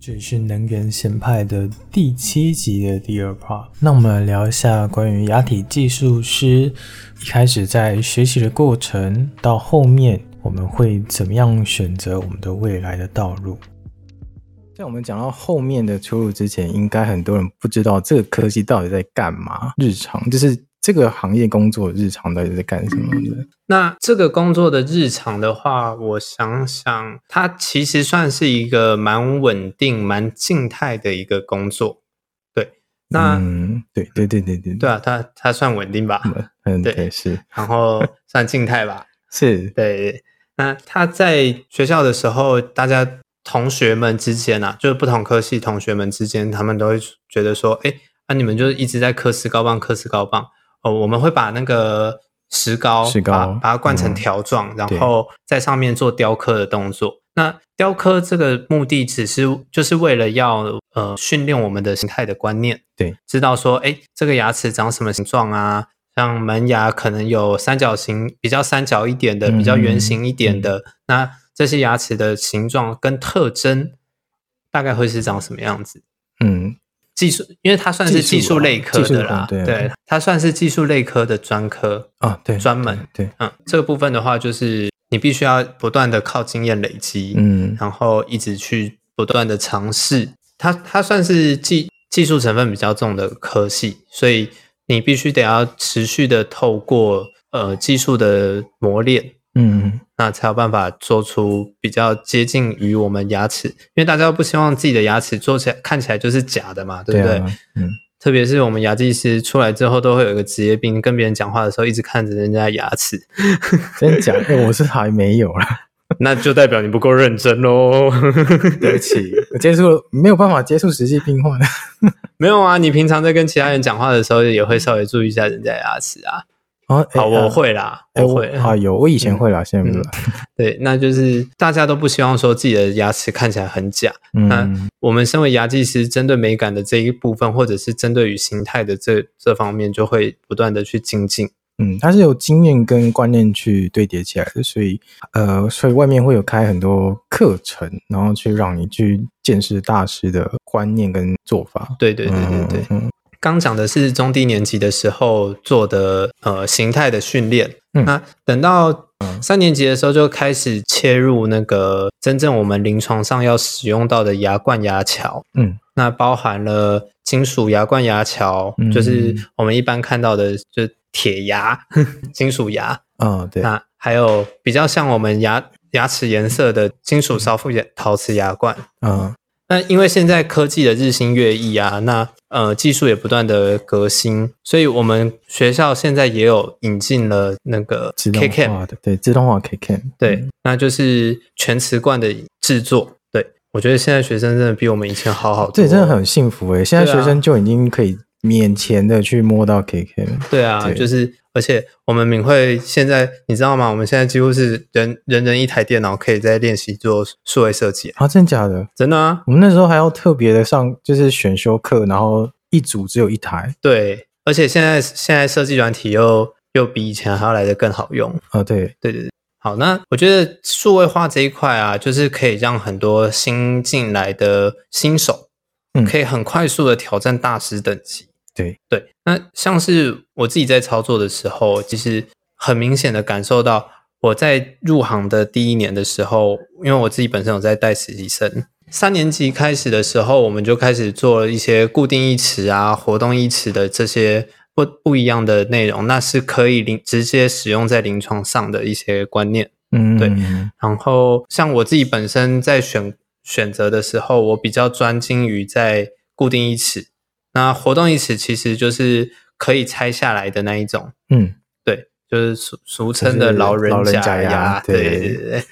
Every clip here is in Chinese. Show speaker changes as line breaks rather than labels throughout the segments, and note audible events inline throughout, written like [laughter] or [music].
这里是能源显派的第七集的第二 part。那我们来聊一下关于牙体技术师一开始在学习的过程，到后面我们会怎么样选择我们的未来的道路。在我们讲到后面的出路之前，应该很多人不知道这个科技到底在干嘛，日常就是这个行业工作日常到底在干什么的。
那这个工作的日常的话，我想想，它其实算是一个蛮稳定、蛮静态的一个工作。对，那、
嗯，对对对对对
对啊，它它算稳定吧，
嗯，
对
对是
然后算静态吧。
是，
对，那他在学校的时候，大家同学们之间啊，就是不同科系同学们之间，他们都会觉得说，哎，那、你们就是一直在科斯高棒，科斯高棒。哦，我们会把那个石膏，
石膏
把把它灌成
嗯
条状，然
对
后在上面做雕刻的动作。那雕刻这个目的只是就是为了要呃训练我们的形态的观念，
对，
知道说，哎，这个牙齿长什么形状啊？像门牙可能有三角形，比较三角一点的，
嗯
比较圆形一点的，那这些牙齿的形状跟特征大概会是长什么样子？
嗯，
技术，因为它算是
技
技
术啊
术类科的啦，
技术科对啊
对，它算是技术类科的专科。
啊，对，
专门
对，对
嗯，这个部分的话，就是你必须要不断的靠经验累积，
嗯
然后一直去不断的尝试。它它算是技技术成分比较重的科系，所以你必须得要持续的透过呃技术的磨练，
嗯，
那才有办法做出比较接近于我们牙齿，因为大家都不希望自己的牙齿做起来看起来就是假的嘛，对
对
不对？
啊，嗯，
特别是我们牙技师出来之后，都会有一个职业病，跟别人讲话的时候一直看着人家的牙齿，
真
[laughs]
假？哎，我是还没有啦，
那就代表你不够认真 [laughs] 喽。
对不起，我接触没有办法接触实际病
[laughs]
患，
没有啊，你平常在跟其他人讲话的时候，也会稍微注意一下人家的牙齿啊。
啊，哎
好，我，会啦，
啊哎
我会。嗯
啊，有，我以前会啦，现在没有啦，
对，那就是大家都不希望说自己的牙齿看起来很假。
嗯，
我们身为牙技师，针对美感的这一部分，或者是针对于形态的这这方面，就会不断的去精进。
嗯，它是有经验跟观念去堆叠起来的，所以呃，所以外面会有开很多课程，然后去让你去见识大师的观念跟做法。
对对对对对。
嗯，嗯
刚讲的是中低年级的时候做的呃形态的训练，
嗯
那等到三年级的时候就开始切入那个真正我们临床上要使用到的牙冠牙桥，
嗯，
那包含了金属牙冠牙桥，
嗯
就是我们一般看到的，就是铁牙、 [laughs] 金属牙，
嗯啊，对，
那还有比较像我们牙牙齿颜色的金属少妇牙陶瓷牙冠，
嗯
那因为现在科技的日新月异啊，那呃技术也不断的革新，所以我们学校现在也有引进了那个
自动
KCAM，
化的，对，自动化 K 嗯 K，
对，那就是全瓷冠的制作。对我觉得现在学生真的比我们以前好好多，
这真的很幸福诶、现在
对啊
学生就已经可以免钱的去摸到 KK 了。
对啊，
对
就是而且我们敏慧现在你知道吗？我们现在几乎是人人人一台电脑，可以在练习做数位设计，
啊，真的假的？
真的啊，
我们那时候还要特别的上，就是选修课，然后一组只有一台。
对，而且现在现在设计软体又又比以前还要来的更好用。
啊，对，
对对对，好，那我觉得数位化这一块啊，就是可以让很多新进来的新手，
嗯
可以很快速的挑战大师等级。
对
对，那像是我自己在操作的时候，其实很明显的感受到，我在入行的第一年的时候，因为我自己本身有在带实习生。三年级开始的时候，我们就开始做了一些固定义词啊、活动义词的这些不不一样的内容，那是可以临直接使用在临床上的一些观念。
嗯，
对然后像我自己本身在选选择的时候，我比较专精于在固定义词，那活动义词其实就是可以拆下来的那一种，
嗯，
对，就是俗俗称
就是
的老人
老人
假
假牙对
对对对。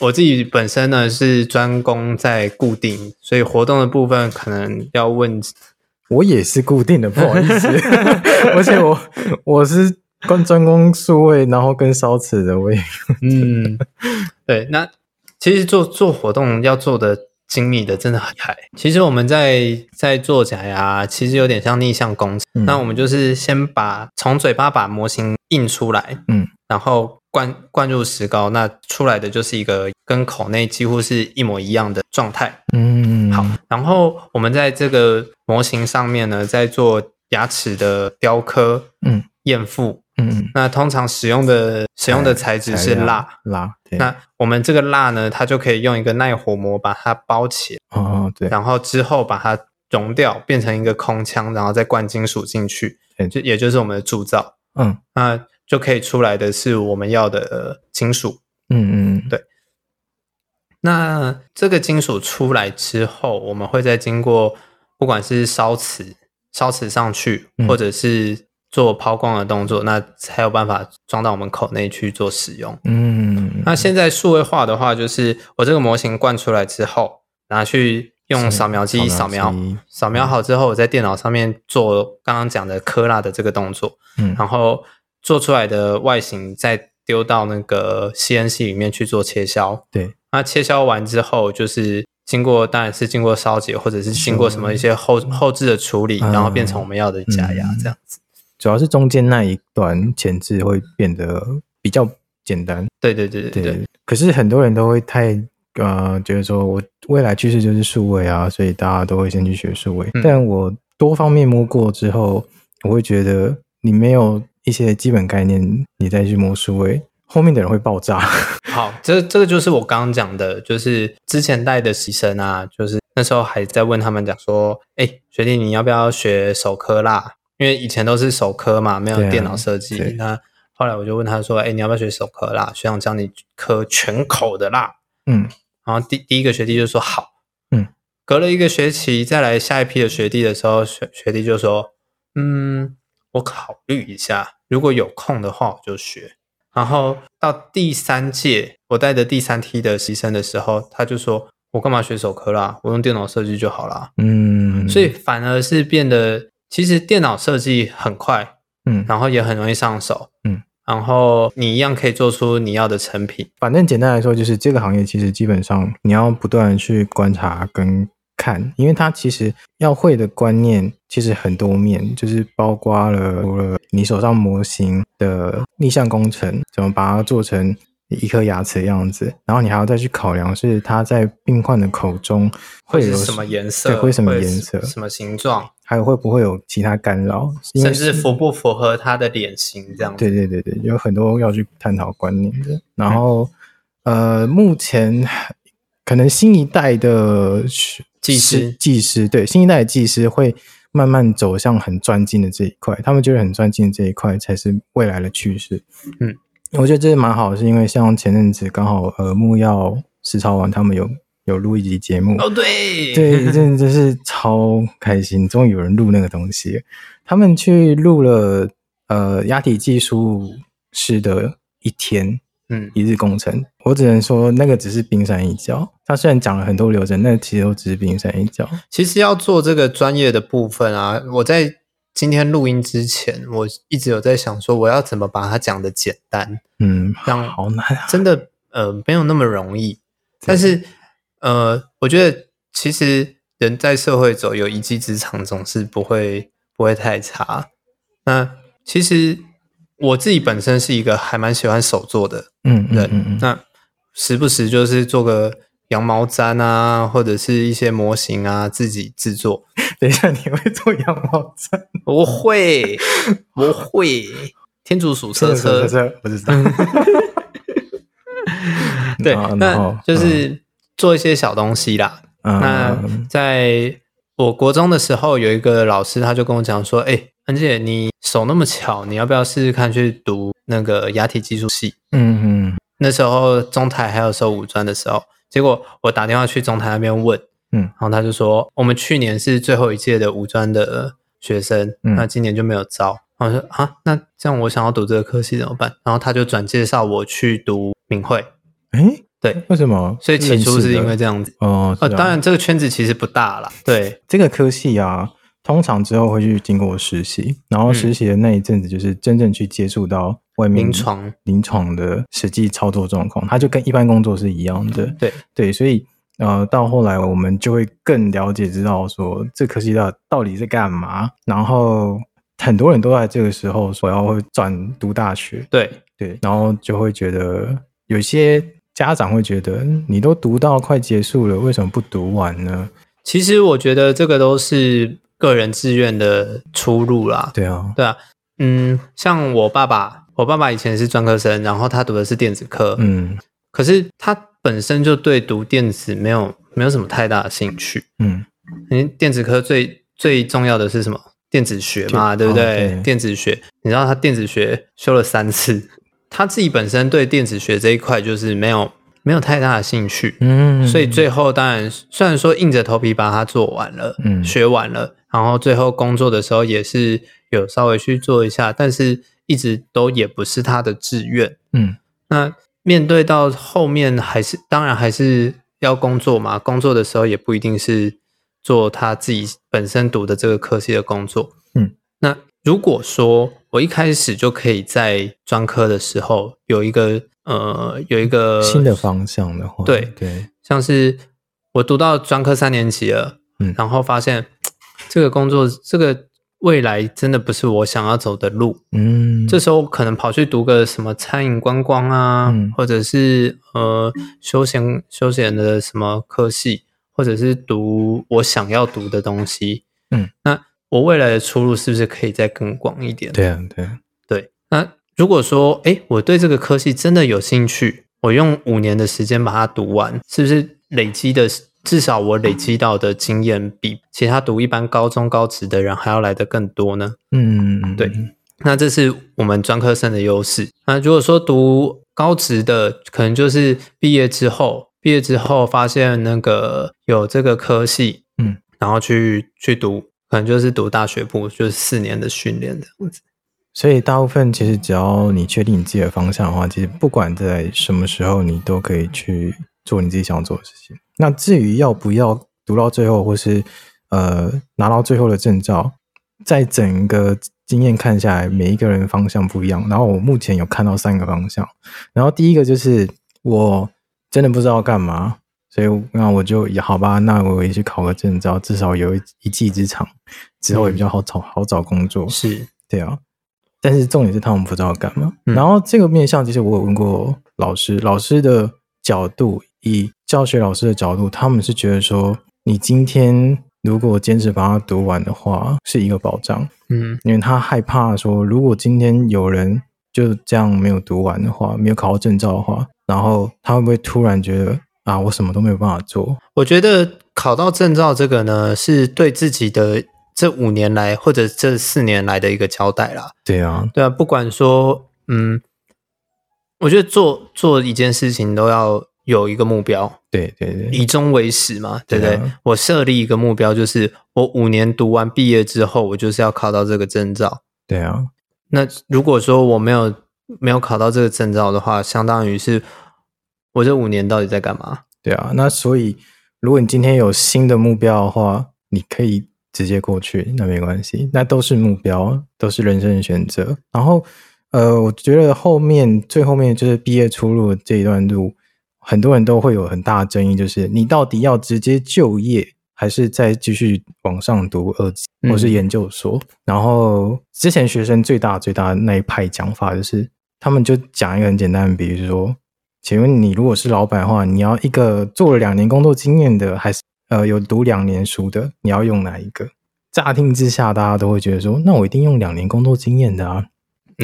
我自己本身呢是专攻在固定，所以活动的部分可能
[laughs]
要问
我也是固定的，不好意
[laughs]
思，而且我我是专专攻数位，然后跟烧纸的，我
[laughs]
也
嗯，对，那其实做做活动要做的精密的真的很害。其实我们在在做假牙，其实有点像逆向工程。
嗯
那我们就是先把从嘴巴把模型印出来，
嗯，
然后灌灌入石膏，那出来的就是一个跟口内几乎是一模一样的状态。
嗯，
好，然后我们在这个模型上面呢，在做牙齿的雕刻、
嗯
验附。
嗯，
那通常使用的使用的材质
材
是
料
蜡，
蜡，对，
那我们这个蜡呢，它就可以用一个耐火膜把它包起来，
哦对，
然后之后把它溶掉，变成一个空腔，然后再灌金属进去
对，
就也就是我们的铸造，
嗯
那就可以出来的是我们要的呃金属。
嗯嗯，
对那这个金属出来之后，我们会再经过不管是烧瓷、烧瓷上去
嗯，
或者是做抛光的动作，那才有办法装到我们口内去做使用。
嗯，
那现在数位化的话，就是我这个模型灌出来之后，拿去
是
用扫描机
扫
扫
描
描
机，
扫描好之后，我在电脑上面做刚刚讲的科蜡的这个动作，
嗯
然后做出来的外形再丢到那个 CNC 里面去做切削。
对，
那切削完之后，就是经过当然是经过烧结，或者是经过什么一些后后置的处理，
嗯
然后变成我们要的假牙这样子。
主要是中间那一段前置会变得比较简单，
对对对对对，
可是很多人都会太呃，觉得说我未来趋势就是数位啊，所以大家都会先去学数位。
嗯
但我多方面摸过之后，我会觉得你没有一些基本概念，你再去摸数位，后面的人会爆炸。
好，这这个就是我刚刚讲的，就是之前带的习生啊，就是那时候还在问他们讲说，哎、学弟你要不要学手科啦？因为以前都是手科嘛，没有
对啊
电脑设计。
对
那后来我就问他说，哎、你要不要学手科啦？学长教你科全口的啦。
嗯
然后第第一个学弟就说好，
嗯，
隔了一个学期再来下一批的学弟的时候，学学弟就说，嗯，我考虑一下，如果有空的话我就学。然后到第三届，我带着第三梯的牺牲的时候，他就说我干嘛学手科啦，我用电脑设计就好啦。
嗯，
所以反而是变得，其实电脑设计很快，
嗯，
然后也很容易上手，
嗯，
然后你一样可以做出你要的成品。
反正简单来说，就是这个行业其实基本上你要不断地去观察跟看，因为它其实要会的观念其实很多面，就是包括了除了你手上模型的逆向工程，怎么把它做成一颗牙齿的样子，然后你还要再去考量是它在病患的口中会
是
有
什么颜色，
对，会什么
会
颜
是
色，
什么形状，
还有会不会有其他干扰，因为
甚至符不符合他的脸型这样子。
对对对对，有很多要去探讨观念的。然后，呃，目前可能新一代的学
技师
师技师对新一代的技师会慢慢走向很专精的这一块，他们觉得很专精的这一块才是未来的趋势。
嗯，
我觉得这是蛮好的，是因为像前阵子刚好呃木曜石超完他们有有录一集节目，
哦， [laughs] 对
对，真的真是超开心，终于有人录那个东西了。他们去录了呃压体技术师的一天
嗯，
一日工程，我只能说那个只是冰山一角。他虽然讲了很多流程，那其实都只是冰山一角。
其实要做这个专业的部分啊，我在今天录音之前，我一直有在想说，我要怎么把它讲的简单，
嗯，
让
好难啊。
真的呃没有那么容易。但是呃，我觉得其实人在社会走，有一技之长总是不会不会太差。那其实我自己本身是一个还蛮喜欢手做的，
嗯嗯
对
嗯嗯，
那时不时就是做个羊毛毡啊，或者是一些模型啊，自己制作。
等一下你会做羊毛毡？
我会，我会。天竺鼠 [laughs] 车车
车，车，不知道。
对
啊，然后
那就是做一些小东西啦。那
嗯，
在我国中的时候，有一个老师，他就跟我讲说：“哎、安姐，你手那么巧，你要不要试试看去读那个牙体技术系
嗯嗯？”
那时候中台还有收五专的时候，结果我打电话去中台那边问，
嗯
然后他就说：“我们去年是最后一届的五专的学生，
嗯
那今年就没有招。”然后我说：“啊，那这样我想要读这个科系怎么办？”然后他就转介绍我去读敏慧，
哎，
对，
为什么？
所以起初是因为这样子。
哦，
呃，
是啊
当然这个圈子其实不大啦，对，
这个科系啊，通常之后会去经过实习，然后
嗯
实习的那一阵子就是真正去接触到外面
临床
临床的实际操作状况，它就跟一般工作是一样的。
对
对，所以呃，到后来我们就会更了解知道说这科系到到底在干嘛，然后很多人都在这个时候说要会转读大学，
对，
对，然后就会觉得有些家长会觉得，嗯你都读到快结束了，为什么不读完呢？
其实我觉得这个都是个人志愿的出路啦。
对啊，
对啊，嗯，像我爸爸，我爸爸以前是专科生，然后他读的是电子科，
嗯
可是他本身就对读电子没有没有什么太大的兴趣。
嗯，
因为电子科最最重要的是什么？电子学嘛，
就
对不对？
哦对
电子学，你知道他电子学修了三次，他自己本身对电子学这一块就是没有没有太大的兴趣，
嗯，
所以最后当然虽然说硬着头皮把它做完了，
嗯
学完了，然后最后工作的时候也是有稍微去做一下，但是一直都也不是他的志愿。
嗯
那面对到后面还是当然还是要工作嘛，工作的时候也不一定是做他自己本身读的这个科系的工作。
嗯，
那如果说我一开始就可以在专科的时候有一个呃有一个
新的方向的话，
对
对，
像是我读到专科三年级了，
嗯
然后发现这个工作这个未来真的不是我想要走的路，
嗯，
这时候可能跑去读个什么餐饮观光啊，
嗯
或者是呃休闲休闲的什么科系，或者是读我想要读的东西，
嗯，
那我未来的出路是不是可以再更广一点？
对啊对啊，
对，那如果说，哎，我对这个科系真的有兴趣，我用五年的时间把它读完，是不是累积的，至少我累积到的经验比其他读一般高中高职的人还要来的更多呢？
嗯嗯嗯，
对那这是我们专科生的优势。那如果说读高职的，可能就是毕业之后，毕业之后发现那个有这个科系，
嗯，
然后去去读，可能就是读大学部，就是四年的训练这样子。
所以大部分其实只要你确定你自己的方向的话，其实不管在什么时候，你都可以去做你自己想做的事情。那至于要不要读到最后，或是呃拿到最后的证照，在整个经验看下来，每一个人方向不一样。然后我目前有看到三个方向，然后第一个就是我真的不知道干嘛，所以那我就也好吧，那我也去考个证照，至少有一一技之长，之后也比较好找好找工作。
是，
对啊，但是重点是他们不知道干嘛。
嗯
然后这个面向，其实我有问过老师，老师的角度，以教学老师的角度，他们是觉得说，你今天如果坚持把它读完的话，是一个保障，
嗯
因为他害怕说，如果今天有人就这样没有读完的话，没有考到证照的话，然后他会不会突然觉得啊，我什么都没有办法做？
我觉得考到证照这个呢，是对自己的这五年来或者这四年来的一个交代啦。
对啊，
对啊，不管说，嗯，我觉得做做一件事情都要有一个目标，
对对对，
以终为始嘛，对不对？
对啊
我设立一个目标，就是我五年读完毕业之后，我就是要考到这个证照。
对啊，
那如果说我没有没有考到这个证照的话，相当于是我这五年到底在干嘛？
对啊，那所以如果你今天有新的目标的话，你可以直接过去，那没关系，那都是目标，都是人生的选择。然后，呃，我觉得后面最后面就是毕业出路这一段路，很多人都会有很大的争议，就是你到底要直接就业，还是再继续往上读二级
嗯
或是研究所？然后之前学生最大最大的那一派讲法就是，他们就讲一个很简单的比喻，就是说，请问你如果是老板的话，你要一个做了两年工作经验的，还是呃有读两年书的？你要用哪一个？乍听之下，大家都会觉得说，那我一定用两年工作经验的啊，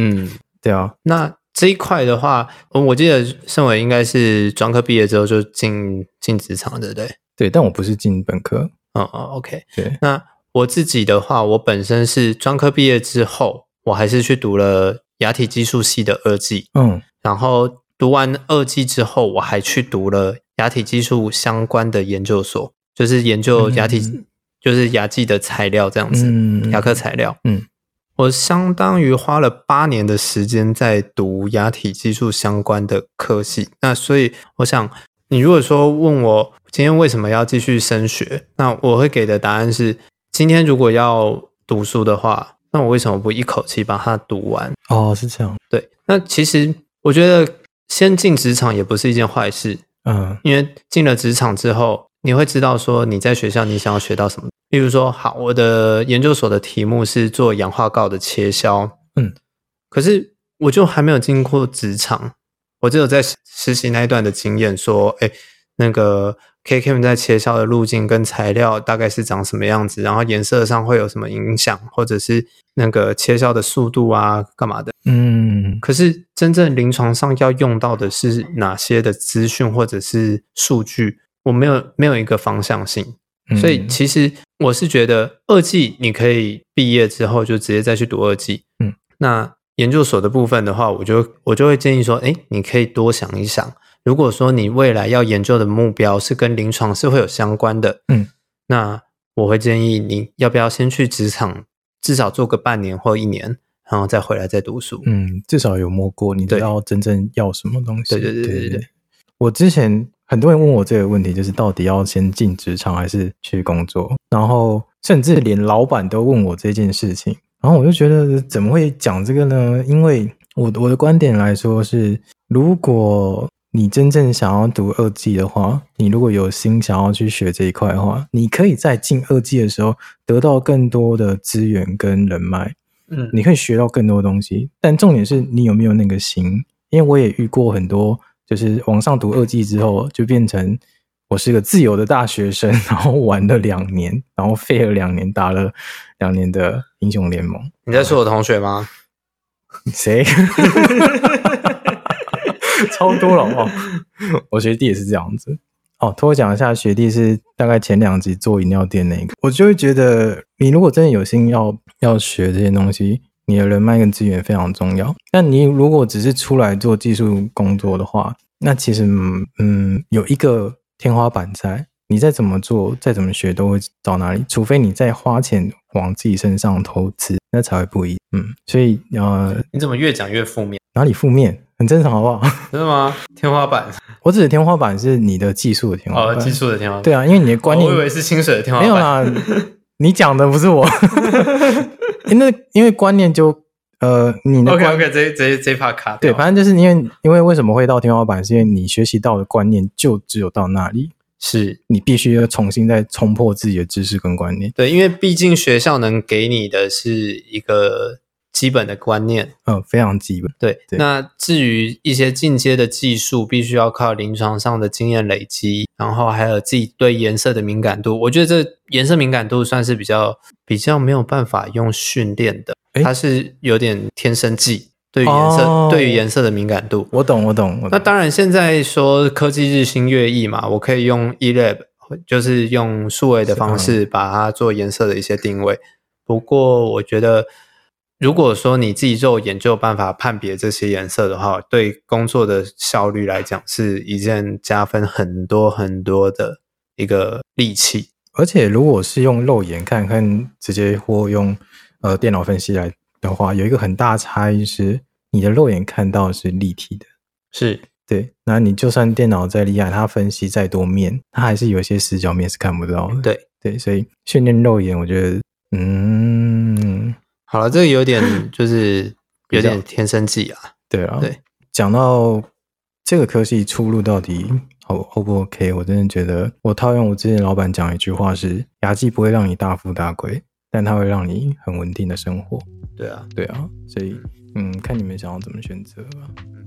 嗯，
对啊，
那这一块的话，嗯我我记得盛伟应该是专科毕业之后就进进职场，对不对？
对，但我不是进本科，
嗯嗯，OK。
对，
那我自己的话，我本身是专科毕业之后，我还是去读了牙体技术系的二技，
嗯
然后读完二技之后，我还去读了牙体技术相关的研究所，就是研究牙体，
嗯
就是牙技的材料这样子，
嗯，
牙科材料。
嗯，
我相当于花了八年的时间在读牙体技术相关的科系。那所以，我想你如果说问我今天为什么要继续升学，那我会给的答案是：今天如果要读书的话，那我为什么不一口气把它读完？
哦，是这样，
对，那其实我觉得先进职场也不是一件坏事，
嗯
因为进了职场之后，你会知道说你在学校你想要学到什么。例如说，好，我的研究所的题目是做氧化锆的切削，
嗯，
可是我就还没有经过职场，我只有在实实习那一段的经验，说，哎，那个 KKM 在切削的路径跟材料大概是长什么样子，然后颜色上会有什么影响，或者是那个切削的速度啊，干嘛的。
嗯，
可是真正临床上要用到的是哪些的资讯或者是数据，我没有没有一个方向性。
嗯
所以其实我是觉得二技你可以毕业之后就直接再去读二技，
嗯，
那研究所的部分的话，我就我就会建议说，哎，你可以多想一想，如果说你未来要研究的目标是跟临床是会有相关的，
嗯，
那我会建议你要不要先去职场，至少做个半年或一年，然后再回来再读书，
嗯，至少有摸过，你知
对
道真正要什么东西。
对对对对对对
我之前很多人问我这个问题，就是到底要先进职场还是去工作？然后甚至连老板都问我这件事情，然后我就觉得怎么会讲这个呢？因为我我的观点来说是，如果你真正想要读二技的话，你如果有心想要去学这一块的话，你可以在进二技的时候得到更多的资源跟人脉。
嗯
你可以学到更多东西，但重点是你有没有那个心。因为我也遇过很多，就是往上读二技之后，就变成我是个自由的大学生， [laughs] 然后玩了两年，然后废了两年，打了两年的英雄联盟。
你在说我同学吗？
[laughs] 谁？超多了哦！我学弟也是这样子。哦，偷讲一下，学弟是大概前两集做饮料店那个，我就会觉得，你如果真的有心要要学这些东西，你的人脉跟资源非常重要。但你如果只是出来做技术工作的话，那其实嗯嗯有一个天花板在，你再怎么做，再怎么学都会到哪里，除非你再花钱往自己身上投资，那才会不一样嗯。所以呃，
你怎么越讲越负面？
哪里负面很正常，好不好？ [laughs]
真的吗？天花板
我指的天花板是你的技术的天花
哦，
板，
技术的天花板。哦
对啊，因为你的观念、
我以为是薪水的天花
没
板。
有啦，你讲的不是
[laughs]
我，因为因为观念就呃你的
OK
观
OK，这这这一 part 卡
对，
掉。
反正就是因为因为为什么会到天花板，是因为你学习到的观念就只有到那里，
是
你必须要重新再冲破自己的知识跟观念。
对，因为毕竟学校能给你的是一个基本的观念。
嗯，非常基本。
对，
对
那至于一些进阶的技术，必须要靠临床上的经验累积，然后还有自己对颜色的敏感度。我觉得这颜色敏感度算是比较比较没有办法用训练的，
诶
它是有点天生技，对于颜色、
哦
对于颜色的敏感度。
我懂，我懂，我
那
懂。
当然，现在说科技日新月异嘛，我可以用 eLab，就是用数位的方式把它做颜色的一些定位。不过，我觉得如果说你自己肉眼就有办法判别这些颜色的话，对工作的效率来讲是一件加分很多很多的一个利器。
而且如果是用肉眼看看，直接或用呃电脑分析来的话，有一个很大差异是，你的肉眼看到的是立体的。
是，
对，那你就算电脑再厉害，它分析再多面，它还是有一些死角面是看不到的。
对。
对，所以训练肉眼，我觉得，嗯，
好了，这个有点就是
比
有点天生技啊。
对啊。
对，
讲到这个科系出路到底 O O 不 OK，我真的觉得，我套用我之前老板讲一句话是：牙技不会让你大富大贵，但它会让你很稳定的生活。
对啊，
对啊，所以嗯，看你们想要怎么选择吧。
嗯。